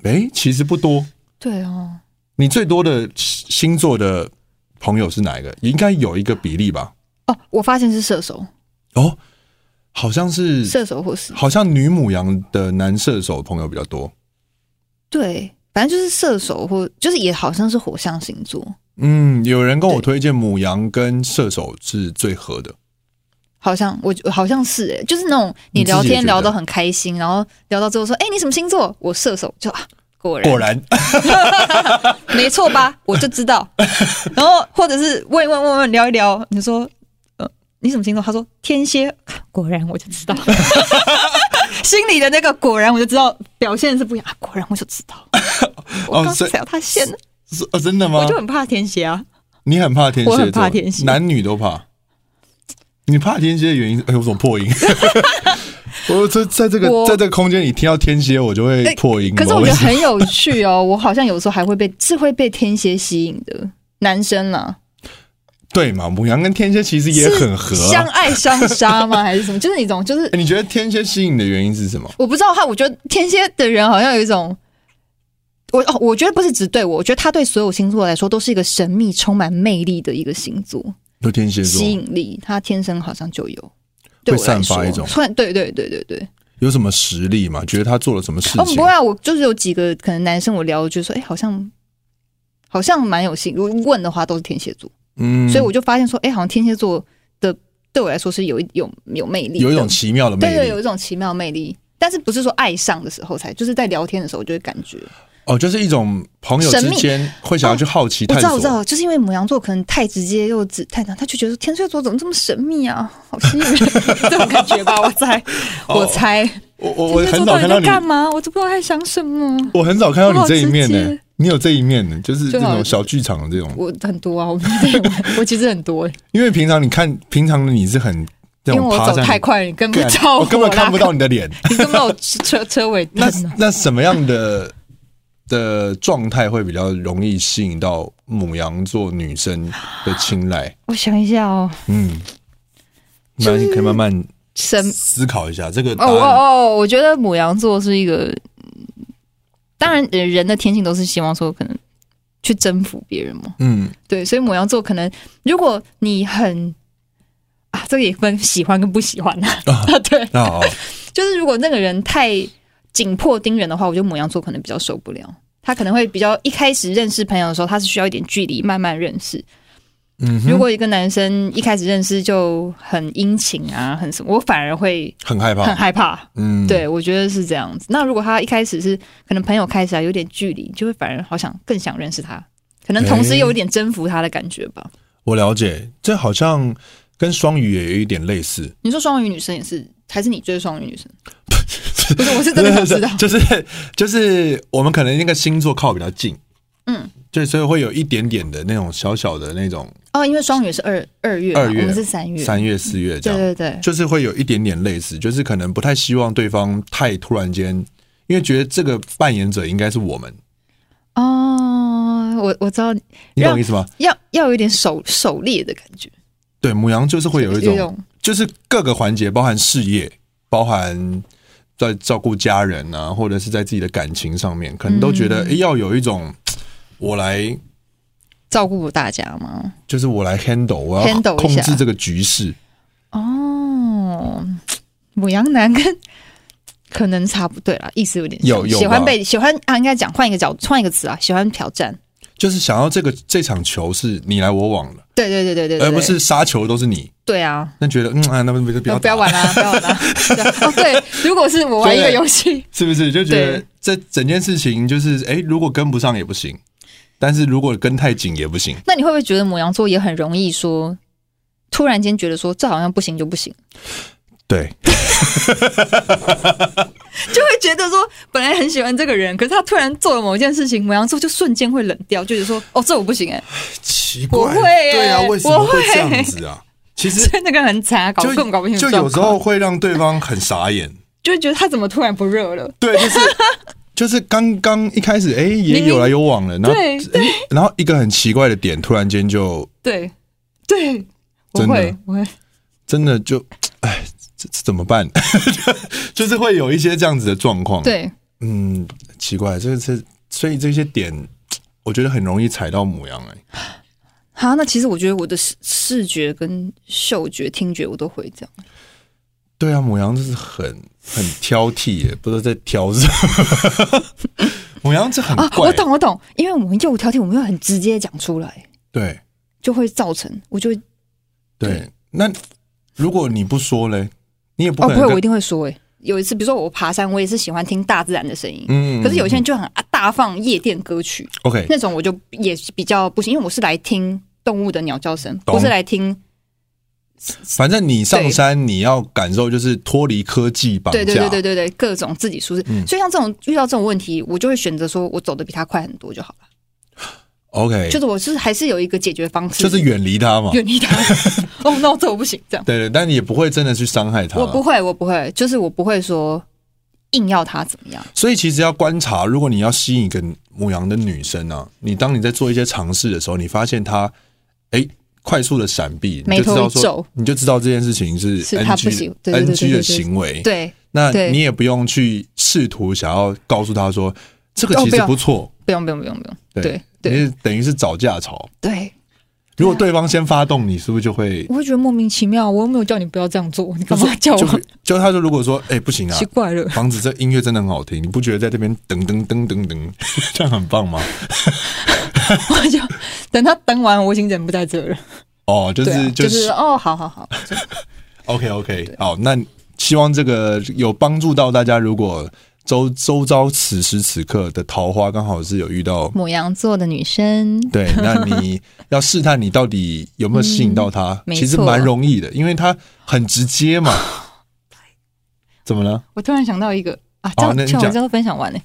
哎，其实不多。对哦，你最多的星座的朋友是哪一个？应该有一个比例吧？哦，我发现是射手，哦，好像是，射手或是好像女母羊的男射手朋友比较多。对，反正就是射手或就是也好像是火象星座，嗯，有人跟我对推荐母羊跟射手是最合的。好像我好像是哎、就是那种你聊你自己也觉天得聊得很开心，然后聊到最后说，哎、你什么星座？我射手，就啊，果然果然， 没错吧？我就知道。然后或者是问一问问问聊一聊，你说呃你什么星座？他说天蝎，果然我就知道。 心里的那个果然我就知道表现是不一样，啊、果然我就知道。 我刚哦所以踩到他线了，是哦，真的我吗就？很怕天蝎啊。你很怕天蝎座，我很怕天蝎男女都怕。你怕天蝎的原因是？哎，我怎么破音？ 我这在这个我哎在这个空间里听到天蝎，我就会破音。可是不我知道为觉得什么很有趣哦，我好像有时候还会被是会被天蝎吸引的男生啦， 对嘛，母羊跟天蝎其实也很合是啊、相爱相杀吗？还是什么？就是那种就是哎你觉得天蝎吸引的原因是什么？我不知道他，我觉得天蝎的人好像有一种，我哦，我觉得不是只对我，我觉得他对所有星座来说都是一个神秘、充满魅力的一个星座，就天蝎座吸引力，他天生好像就有。会对我来散发说一种突然，对对对对对，有什么实力嘛？觉得他做了什么事哦，情？不会啊，我就是有几个可能男生，我聊就说，哎，好像好像蛮有兴，如果问的话都是天蝎座，嗯所以我就发现说，哎，好像天蝎座的对我来说是有一有有魅力的，有一种奇妙的魅对对，力有。一种奇妙魅力，但是不是说爱上的时候才，就是在聊天的时候就会感觉。哦，就是一种朋友之间会想要去好奇哦我探索。知道，我知道，就是因为母羊座可能太直接又只太难，他就觉得天蝎座怎么这么神秘啊，好吸 引人这种感觉吧？我猜，我猜，我哦我我天蝎很早座到底看到在你，干嘛？我都不知道他在想什么。我很早看到你这一面呢、我好直接你有这一面呢、就是这就种好小剧场的这种。我很多啊，我我其实很多，因为平常你看，平常的你是很这因为种我趴走在太快了，你跟不干到我根本啦看不到，你的 脸。你跟不到我车车尾灯那啊。那什么样的的状态会比较容易吸引到母羊座女生的青睐？我想一下哦，嗯，那你可以慢慢神思考一下这个答嗯哦案。哦哦，我觉得母羊座是一个，当然呃人的天性都是希望说可能去征服别人嘛，嗯，对，所以母羊座可能如果你很啊，这个也分喜欢跟不喜欢啊， 对，那好，啊就是如果那个人太紧迫盯人的话，我觉得母羊座可能比较受不了。他可能会比较一开始认识朋友的时候，他是需要一点距离慢慢认识。嗯哼，如果一个男生一开始认识就很殷勤啊，很什么，我反而会很害很怕，害怕。嗯，对，我觉得是这样子。那如果他一开始是可能朋友开始啊有点距离，就会反而好想更想认识他，可能同时又有点征服他的感觉吧。我了解，这好像跟双鱼也有一点类似。。你说双鱼女生也是，还是你追双鱼女生？不是，我是真的想知道 就是就是我们可能那个星座靠比较近，嗯，对，所以会有一点点的那种小小的那种哦，因为双鱼是二二月嘛，二月我们是三月。三月四月这对样，对对，就是会有一点点类似，就是可能不太希望对方太突然间，因为觉得这个扮演者应该是我们，哦，我我知道，你懂让我意思吗？要要有一点狩狩猎的感觉，对，母羊就是会有一有一种，种就是各个环节，包含事业，包含在照顾家人啊，或者是在自己的感情上面，可能都觉得、嗯诶要有一种我来，照顾大家吗？就是我来 handle，我要 handle 一控下制这个局势。哦，母羊男跟可能差不对啦，意思有点像有有吧喜欢被喜欢啊，应该讲换一个角换一个词啊，喜欢挑战。就是想要这个这场球是你来我往的，对对对对对对，而呃不是杀球都是你。对啊，那觉得嗯啊，那不就不要不打要玩 啦，不要玩啦。对啊哦，对，如果是我玩一个对游戏，是不是？就觉得对这整件事情就是，哎、如果跟不上也不行，但是如果跟太紧也不行。那你会不会觉得母羊座也很容易说，突然间觉得说这好像不行就不行，对，就会觉得说本来很喜欢这个人，可是他突然做了某件事情，母羊座就瞬间会冷掉，就是说哦，这我不行哎、奇我会耶对啊，为什么我会会这样子啊？其实 所以那个人很惨啊，搞就根本搞不清楚就状有况，时候会让对方很傻眼。就会觉得他怎么突然不热了。对，就是 就是刚刚一开始，哎、也明明有来有往了，然后对诶然后一个很奇怪的点，突然间就对，对，我真的嗯会，我会，真的就，哎，这这怎么办？ 就是会有一些这样子的状况。对，嗯，奇怪，这个是所以这些点，我觉得很容易踩到母羊哎、好，那其实我觉得我的视视觉跟嗅觉、听觉我都会这样，对啊，母羊就是很很挑剔耶、不知道在挑什么。 母羊这很啊，怪，我懂，我懂，因为我们又挑剔，我们又很直接讲出来，对就会造成我就会对。那如果你不说嘞，你也不哦，可不能会，跟、我一定会说、欸，有一次，比如说我爬山，我也是喜欢听大自然的声音，嗯可是有些人就很大放夜店歌曲， OK，那种我就也是比较不行，因为我是来听动物的鸟叫声，懂不是来听反正你上对山你要感受就是脱离科技绑架，对对对对对对，各种自己舒适。嗯所以像这种遇到这种问题，我就会选择说我走的比他快很多就好了。 OK，就是我是还是有一个解决方式，哎就是远离它嘛，远离他。 哦，那我走不行，这样对对，但你也不会真的去伤害它啦。我不会，我不会，就是我不会说硬要他怎么样。所以其实要观察，如果你要吸引一个母羊的女生啊，你当你在做一些尝试的时候，你发现她哎、快速的闪避，你眉就知头道一皱说，你就知道这件事情是是 NG 她不喜对对对对 NG 对的对行为。对，那对你也不用去试图想要告诉她说这个哦其不实要不错，不用不用不用不用，对哎对对你是等于是找架吵。对，啊如果对方先发动，你是不是就会我会觉得莫名其妙，我又没有叫你不要这样做，你干就嘛叫就 啊我？就他说如果说哎、不行啊奇，怪了，房子这音乐真的很好听，你不觉得在这边噔噔噔噔噔 这样很棒吗？我就等他等完，我已经人不在这了。哦，就对啊是，哦就是是哦，好好好， OK OK，好，那希望这个有帮助到大家。如果周周遭此时此刻的桃花刚好是有遇到， 母羊座的女生，对，那你要试探你到底有没有吸引到他，嗯没其实错蛮容易的，因为他很直接 嘛。怎么了？我突然想到一个啊，这好样那你听完讲之后分享完呢、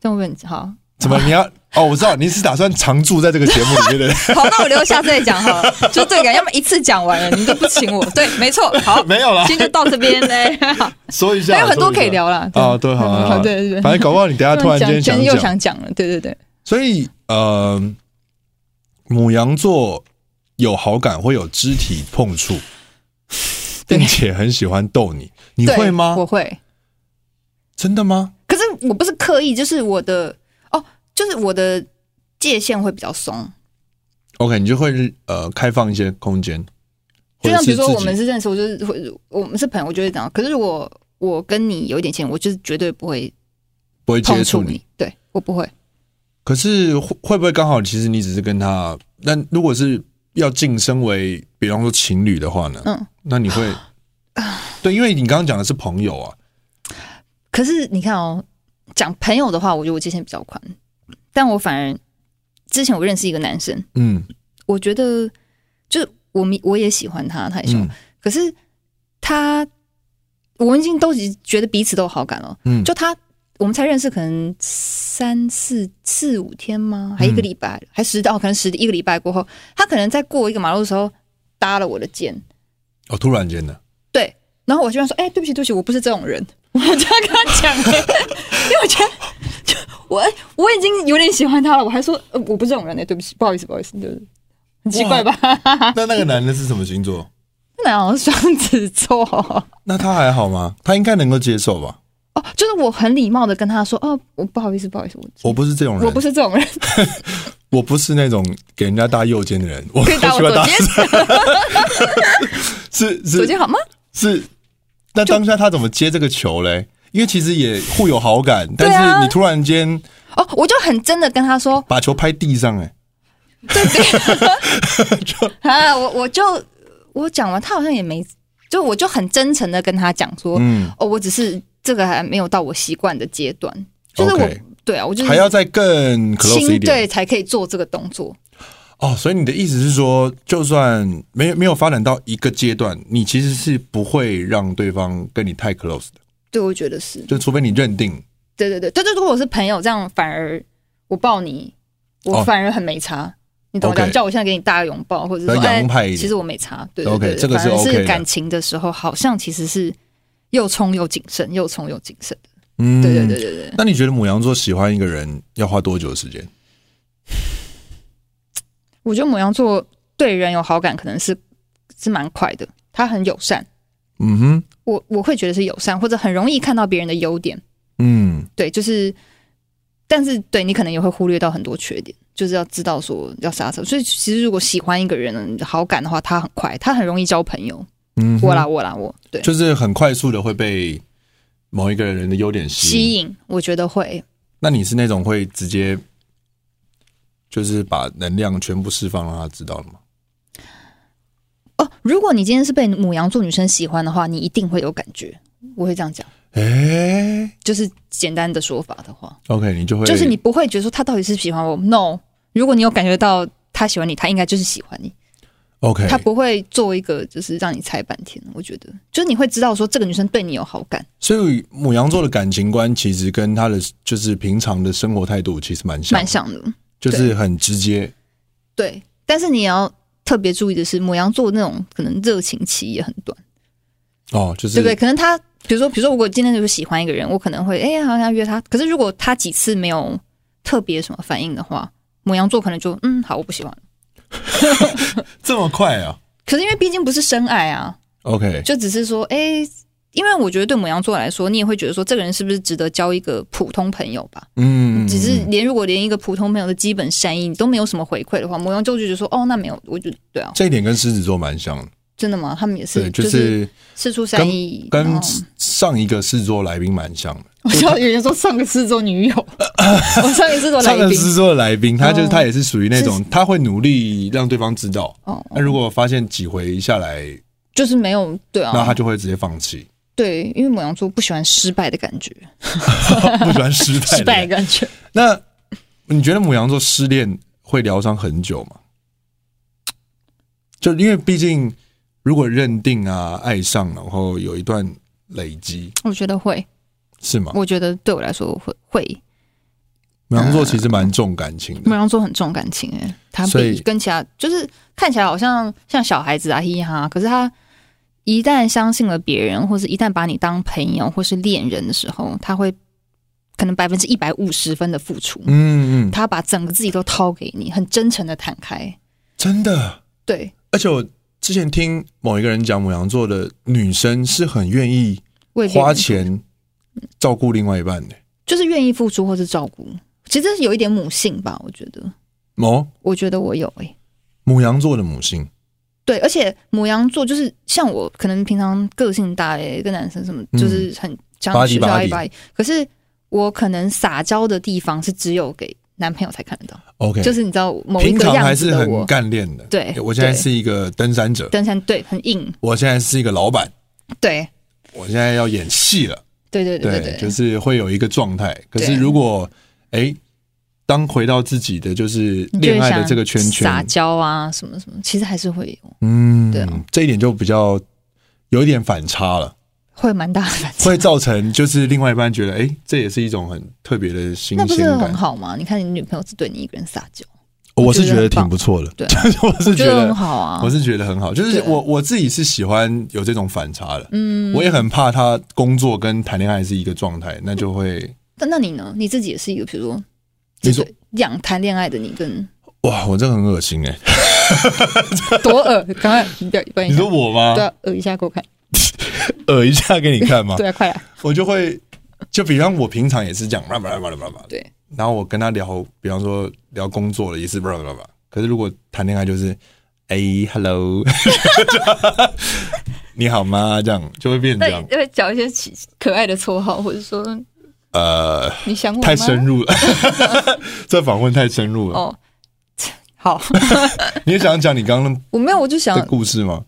这样问好， 怎么你要？ 哦，我知道你是打算常驻在这个节目里面的， 好，那我留下次再讲好了，就对感，要么一次讲完了，你都不请我， 对，没错， 好，没有啦，今天就到这边嘞， 说一下，还有很多说一下可以聊啦，啊，对，好好，好好，对对 对，反正搞不好你等一下突然间讲想又讲，想讲了，对对对，所以呃，母羊座有好感会有肢体碰触， 对并且很喜欢逗你，你对会吗我？会，真的吗？可是我不是刻意，就是我的哦，就是我的界限会比较松。 OK，你就会呃开放一些空间，就像比如说或者我是自己们是认识，我就是会我们是朋友，我就会讲。可是如果我跟你有一点钱，我就是绝对不会不会接碰触触你，你，对我不会。可是会会不会刚好其实你只是跟他？那如果是要晋升为比方说情侣的话呢？嗯，那你 会对，因为你刚刚讲的是朋友啊，可是你看哦，讲朋友的话，我觉得我界限比较宽，但我反而之前我认识一个男生，嗯我觉得就是我们我也喜欢他，他也喜欢我，嗯可是他我们已经都已经觉得彼此都有好感了，嗯，就他，我们才认识可能三四四五天吗？还一个礼拜，还十哦，可能十一个礼拜过后，他可能在过一个马路的时候搭了我的肩，哦，突然间的，对，然后我就跟他说：“哎、对不起，对不起，我不是这种人。”我就要跟他讲、哎因为我觉得就我我已经有点喜欢他了，我还说、呃、我不是这种人呢、哎对不起，不好意思，不好意思，对不对？很奇怪吧？那那个男的是什么星座？ 那男好像双子座哦，那他还好吗？他应该能够接受吧？就是我很礼貌的跟他说：“哦，我不好意思，不好意思，我我不是这种人，我不是，是这 种人，我不是那种给人家搭右肩的人，我可以打我我喜欢左搭肩， 是左是肩好吗？”是。那当下他怎么接这个球嘞？因为其实也互有好感，但对是啊你突然间哦，我就很真的跟他说，把球拍地上、哎，对对啊，我我 就我讲完，他好像也没，就我就很真诚的跟他讲说，嗯，哦，我只是这个还没有到我习惯的阶段，就是我 OK 对啊，我就是还要再更 close 一亲点对才可以做这个动作，哦。所以你的意思是说，就算没有没有发展到一个阶段，你其实是不会让对方跟你太 close 的，对，我觉得是，就除非你认定对对对，对对，如果我是朋友，这样反而我抱你，哦我反而很没差。你懂我 OK 讲，叫我现在给你大个拥抱，或者比说较哎洋派一点其实我没差，对对 OK，对，对这个是反而 OK 的是感情的时候，好像其实是又冲又谨慎，又冲又谨慎的。嗯，对对对。对对，那你觉得母羊座喜欢一个人要花多久的时间？我觉得母羊座对人有好感，可能是是蛮快的，他很友善，嗯哼，我我会觉得是友善，或者很容易看到别人的优点，嗯，对，就是，但是对你可能也会忽略到很多缺点，就是要知道说要刹车。所以其实如果喜欢一个人好感的话，他很快，他很容易交朋友。嗯哼我啦，我啦，我对就是很快速的会被某一个人的优点吸引。吸引，我觉得会。那你是那种会直接就是把能量全部释放让他知道的吗？哦，如果你今天是被母羊座女生喜欢的话，你一定会有感觉。我会这样讲，哎、就是简单的说法的话， o k 你就会就是你不会觉得说他到底是喜欢我。No，如果你有感觉到他喜欢你，他应该就是喜欢你。 OK，他不会做一个就是让你猜半天。我觉得，就是你会知道说这个女生对你有好感。所以母羊座的感情观其实跟他的就是平常的生活态度其实蛮像的，蛮像的，就是很直接。对。但是你也要特别注意的是，母羊座那种可能热情期也很短，哦，就对是不对？可能他，比如说，比如说，我今天就是喜欢一个人，我可能会哎、好像约他。可是如果他几次没有特别什么反应的话，母羊座可能就嗯，好，我不喜欢。这么快啊可是因为毕竟不是深爱啊， ？OK，就只是说哎、因为我觉得对母羊座来说，你也会觉得说这个人是不是值得交一个普通朋友吧？嗯，只是连如果连一个普通朋友的基本善意你都没有什么回馈的话，母羊座就觉得说哦，那没有，我就对啊，这一点跟狮子座蛮像的，真的吗？他们也是，哦对，就就是是事出善意，跟然后上一个狮子座来宾蛮像的。 我知道有人说上个狮子座女 友，我上个狮子座来上个狮宾子座的来宾，他就是哦他也是属于那种他会努力让对方知道，哦，那如果发现几回下来，就是没有对啊，那他就会直接放弃。 对，因为母羊座不喜欢失败的感觉，不喜欢失败失的败的人。感觉。那你觉得母羊座失恋会疗伤很久吗？就因为毕竟如果认定啊、爱上，然后有一段累积，我觉得会，是吗？我觉得对我来说会会，母羊座其实蛮重感情母的，羊座很重感情诶、他所以比跟其他就是看起来好像像小孩子啊嘻哈，可是他一旦相信了别人，或是一旦把你当朋友或是恋人的时候，他会可能百分之一百五十分的付出，嗯嗯，他把整个自己都掏给你，很真诚的坦开。真的。对，而且我之前听某一个人讲，母羊座的女生是很愿意为别人花钱照顾另外一半的。就是愿意付出或是照顾，其实这是有一点母性吧，我觉得，哦，我觉得我有欸诶、母羊座的母性，对，而且母羊座就是像我，可能平常个性大诶、跟男生什么嗯就是很讲巴唧学巴校唧一百，可是我可能撒娇的地方是只有给男朋友才看得到， OK，就是你知道某一平个常样还子是的很我，干练的。对我现在对是一个登山者，登山对很硬，我现在是一个老板，对我现在要演戏了。对对对对，就是会有一个状态。可是对如果哎，当回到自己的就是你就会恋爱的想这个圈撒圈，娇啊什么什么，其实还是会有，嗯，对啊这一点就比较有一点反差 了，会蛮大的反差。会造成就是另外一半觉得哎，这也是一种很特别的新那不鲜是很感。好吗？你看你女朋友只对你一个人撒娇，我是我觉觉得得很棒挺不错的，对 我是我觉觉得得很好啊我。是觉得很好，就是对我我自己是喜欢有这种反差的，嗯，我也很怕他工作跟谈恋爱是一个状态，那就会但那你呢？你自己也是一个，比如说，你说就是养谈恋爱的你跟哇，我这个很恶心哎、多耳，赶快你表演一你下说，我吗对？啊，耳一下给我看，耳一下给你看吗？对啊，快来，我就会，就比方我平常也是这样，叭叭叭叭叭叭，对，然后我跟他聊，比方说聊工作了，也是叭叭叭叭。可是如果谈恋爱就是，哎，hello，你好吗？这样就会变这那样你，会讲一些奇可爱的绰号，或者说呃，你想我吗太深入了，这访问太深入了。哦。 好，你也想讲你刚刚 我没有，我就想的，故事吗？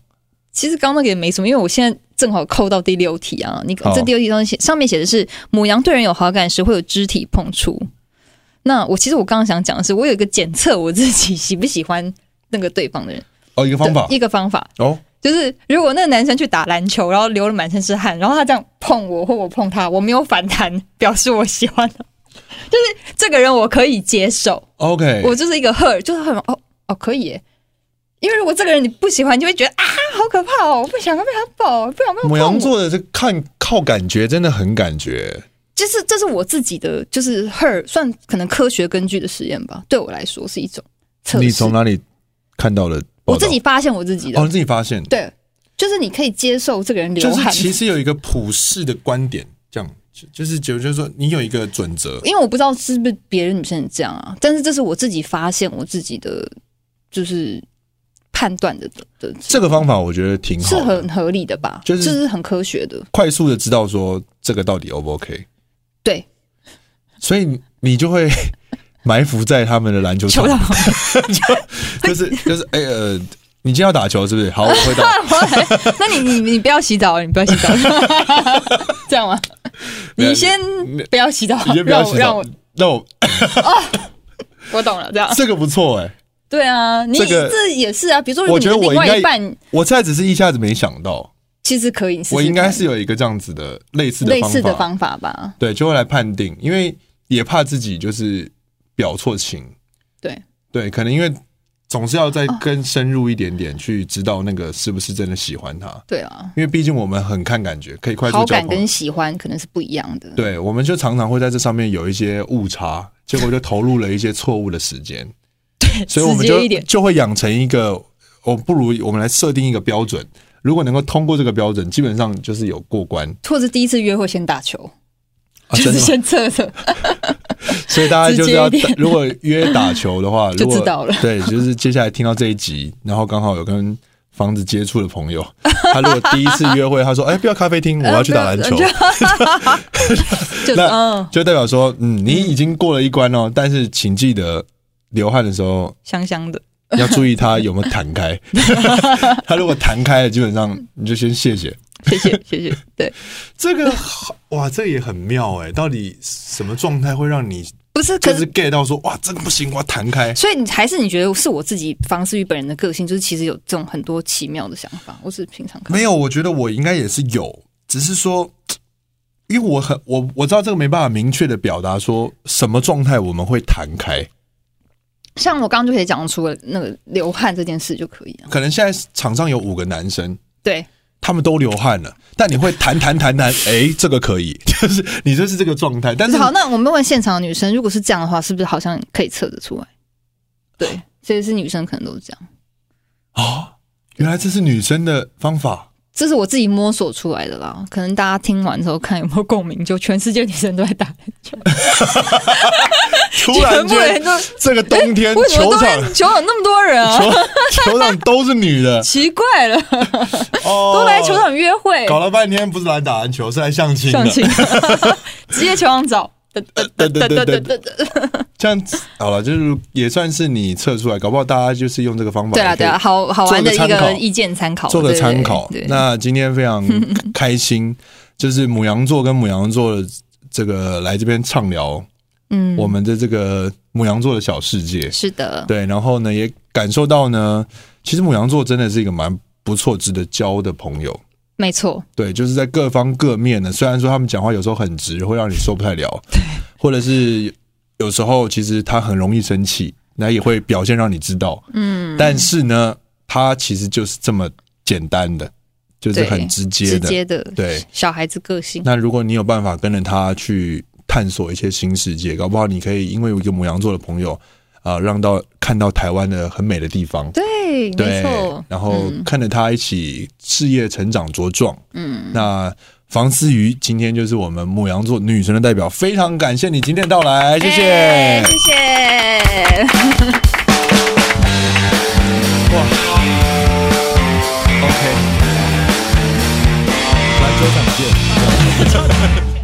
其实刚刚那个也没什么，因为我现在正好扣到第六题啊。你好这第六题上写上面写的是母羊对人有好感时会有肢体碰触。那我其实我刚刚想讲的是，我有一个检测我自己喜不喜欢那个对方的人哦，一个方法对一个方法，哦，就是如果那个男生去打篮球，然后流了满身是汗，然后他这样碰我或我碰他，我没有反弹，表示我喜欢他， 就是这个人我可以接受， OK，我就是一个 her，就是很哦哦可以耶。因为如果这个人你不喜欢，你就会觉得啊，好可怕哦！我不想要被他抱，不想被他碰母我。羊座的这看靠感觉，真的很感觉。就是这是我自己的，就是 her 算可能科学根据的实验吧，对我来说是一种测你试从。哪里看到的报道？我自己发现我自己的，哦，你自己发现，对，就是你可以接受这个人流就是汗，其实有一个普世的观点，这样就就是觉得就是说你有一个准则，因为我不知道是不是别的女生也这样啊，但是这是我自己发现我自己的就是判断的的，的这个方法我觉得挺是好的，很合理的吧？就是这很科学的，快速的知道说这个到底 O 不 OK，对，所以你就会 埋伏在他们的篮球场球，到就是就是哎、呃，你今天要打球是不是？好，我会 打。 那你你你不要洗澡，你不要洗澡， 这样吗？没有你先不要洗澡，你先不要洗让澡我让，那我我我懂了，这样 这个不错哎、对啊，你这个这也是啊，比如说我觉得你的我应另外该一半我现在只是一下子没想到，其实可以，你试试我应该看是有一个这样子的类似的类方似的法方法吧？对，就会来判定，因为也怕自己就是表错情，对对，可能因为总是要再哦更深入一点点去知道那个是不是真的喜欢他，对啊，因为毕竟我们很看感觉，可以快速好交感朋友跟，喜欢可能是不一样的，对，我们就常常会在这上面有一些误差，结果就投入了一些错误的时 间，对，所以我们直接一就点就会养成一个，我不如我们来设定一个标准。如果能够通过这个标准，基本上就是有过关，或者第一次约会先打球。啊、 真就是的吗。先测测，所以大家就是要直接一点如果约打球的话， 就如果知道了对，就是接下来听到这一集，然后刚好有跟房子接触的朋友，他如果第一次约会，他说：“哎，不要咖啡厅， 我要去打篮呃球。 就 那嗯，”就代表说，嗯，你已经过了一关哦，但是请记得流汗的时候香香的。 要注意他有没有弹开。他如果弹开了，基本上你就先谢谢。谢谢谢谢，对，这个好哇，这也很妙哎、到底什么状态会让你不是，可就是是 get 到说哇，这个不行，我要弹开？所以你还是你觉得是我自己方思雨本人的个性，就是其实有这种很多奇妙的想法，我是平常看没有，我觉得我应该也是有，只是说，因为我很我我知道这个没办法明确的表达说什么状态我们会弹开，像我刚刚就可以讲出了那个流汗这件事就可以了。可能现在场上有五个男生，对，他们都流汗了，但你会弹弹弹弹，哎，这个可以， 就是你就是这个状态，但是好，那我们问现场的女生，如果是这样的话，是不是好像可以测得出来？对，这些是女生可能都是这样，哦，原来这是女生的方法，这是我自己摸索出来的啦。可能大家听完之后看有没有共鸣，就全世界女生都在打篮球，突全然部人 间都这个冬天为什么球都 在场。球场那么多人啊？球球场都是女的，奇怪了， 哦，都来球场约会、搞了半天，不是来打篮球，是来相亲相 的。亲，职业球场找。对对呃对对，对对，这样子好了，就是也算是你测出来，搞不好大家就是用这个方法。对啦对啦，，啊好好玩的一做个参考个意见参考，做个对对参考对。那今天非常开 心，就是母羊座跟母羊座的这个来这边畅聊嗯，我们的这个母羊座的小世界。是的，对，然后呢，也感受到呢，其实母羊座真的是一个蛮不错、值得交的朋友。没错，对，就是在各方各面呢，虽然说他们讲话有时候很直，会让你受不太了，对，或者是有时候其实他很容易生气，那也会表现让你知道，嗯，但是呢，他其实就是这么简单的，就是对很直接直的，接的，对。小孩子个性，那如果你有办法跟着他去探索一些新世界，搞不好你可以因为有一个母羊座的朋友啊、让到看到台湾的很美的地方，对，没对错，，然后嗯看着他一起事业成长茁壮。嗯，那房思瑜今天就是我们母羊座女神的代表，非常感谢你今天的到来，谢谢哎。谢谢。 OK，篮球场见。